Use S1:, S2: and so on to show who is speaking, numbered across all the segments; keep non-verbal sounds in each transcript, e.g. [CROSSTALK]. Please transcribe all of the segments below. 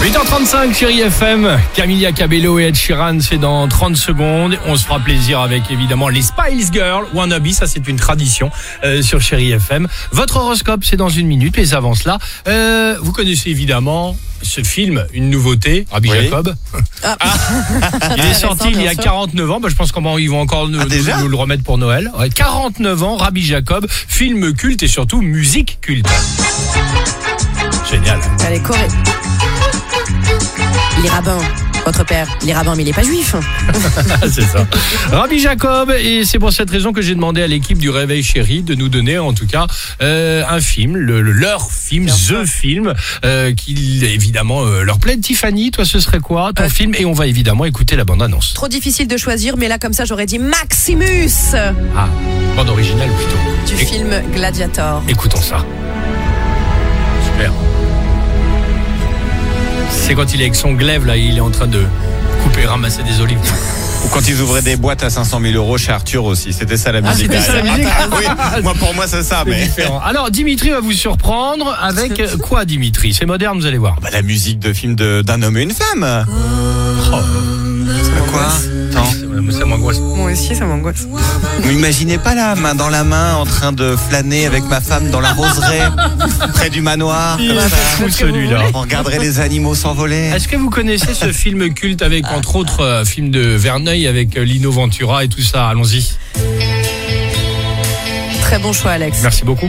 S1: 8h35 Chéri FM, Camilla Cabello et Ed Sheeran, c'est dans 30 secondes. On se fera plaisir avec évidemment les Spice Girls, Wannabe, ça c'est une tradition euh, sur Chéri FM. Votre horoscope c'est dans une minute, mais avant cela, euh, vous connaissez évidemment ce film, une nouveauté, Rabbi
S2: Oui.
S1: Jacob. Ah. Il est sorti il y a 49 ans, bah, je pense qu'ils vont encore nous,
S2: Ah, déjà
S1: nous- nous le remettre pour Noël. Ouais, 49 ans, Rabbi Jacob, film culte et surtout musique culte. Génial.
S3: Elle est corée. Il est rabbin, votre père. Il est rabbin, mais il n'est pas juif. hein.
S1: Ah, [LAUGHS] c'est ça. Rabbi Jacob, et c'est pour cette raison que j'ai demandé à l'équipe du Réveil Chéri de nous donner en tout cas euh, un film, le, le- leur film, The Film, euh, qui évidemment euh, leur plaît. Tiffany, toi ce serait quoi ton film Et on va évidemment écouter la bande-annonce.
S3: Trop difficile de choisir, mais là, comme ça, j'aurais dit Maximus
S1: Ah, bande originale plutôt.
S3: du
S1: Éc-
S3: film Gladiator.
S1: Écoutons ça. Super. C'est quand il est avec son glaive là, il est en train de couper, ramasser des olives.
S2: Ou quand ils ouvraient des boîtes à 500 000 euros chez Arthur aussi. C'était ça la musique.
S1: c'était ça, la
S2: derrière.
S1: [LAUGHS] musique.
S2: Ah, oui. Moi, pour moi, c'est ça, mais.
S1: Différent. Alors Dimitri va vous surprendre avec euh, quoi Dimitri C'est moderne, vous allez voir.
S2: Bah, la musique de film de- d'un homme et une femme.
S1: Euh, Oh,
S2: Quoi Attends.
S1: Ça m'angoisse.
S3: Moi aussi, ça m'angoisse.
S2: Vous imaginez pas là, main dans la main, en train de flâner avec ma femme dans la roseraie, près du manoir.
S1: Il est
S2: [LAUGHS]
S1: fou celui-là.
S2: On regarderait les animaux s'envoler.
S1: Est-ce que vous connaissez [LAUGHS] ce film culte avec, entre autres, euh, film de Verneuil avec euh, Lino Ventura et tout ça Allons-y.
S3: Très bon choix, Alex.
S1: Merci beaucoup.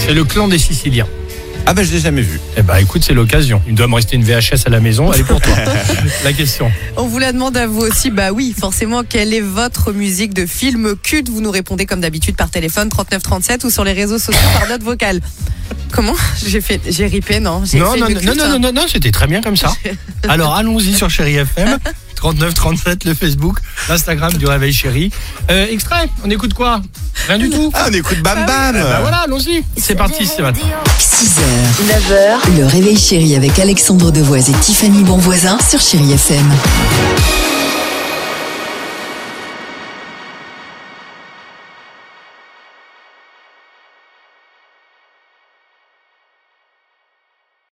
S1: C'est le clan des Siciliens.
S2: Ah bah je l'ai jamais vu.
S1: Eh ben écoute, c'est l'occasion. Il doit me rester une VHS à la maison. Elle est pour [LAUGHS] toi. la question.
S3: On vous la demande à vous aussi. Bah oui, forcément, quelle est votre musique de film culte Vous nous répondez comme d'habitude par téléphone 3937 ou sur les réseaux sociaux par note vocale. Comment J'ai fait, j'ai ripé, non J'ai
S1: Non,
S3: fait
S1: non,
S3: le
S1: non, non,
S3: culte, hein.
S1: non, non, non, c'était très bien comme ça. Alors allons-y sur Chéri FM. 3937, le Facebook, l'Instagram du Réveil Chéri. Euh, extrait, on écoute quoi Rien du tout.
S2: Ah on écoute Bam Bam
S1: Ben voilà, allons-y. C'est parti, c'est maintenant.
S4: 6h, 9h, le réveil chéri avec Alexandre Devoise et Tiffany Bonvoisin sur Chéri FM.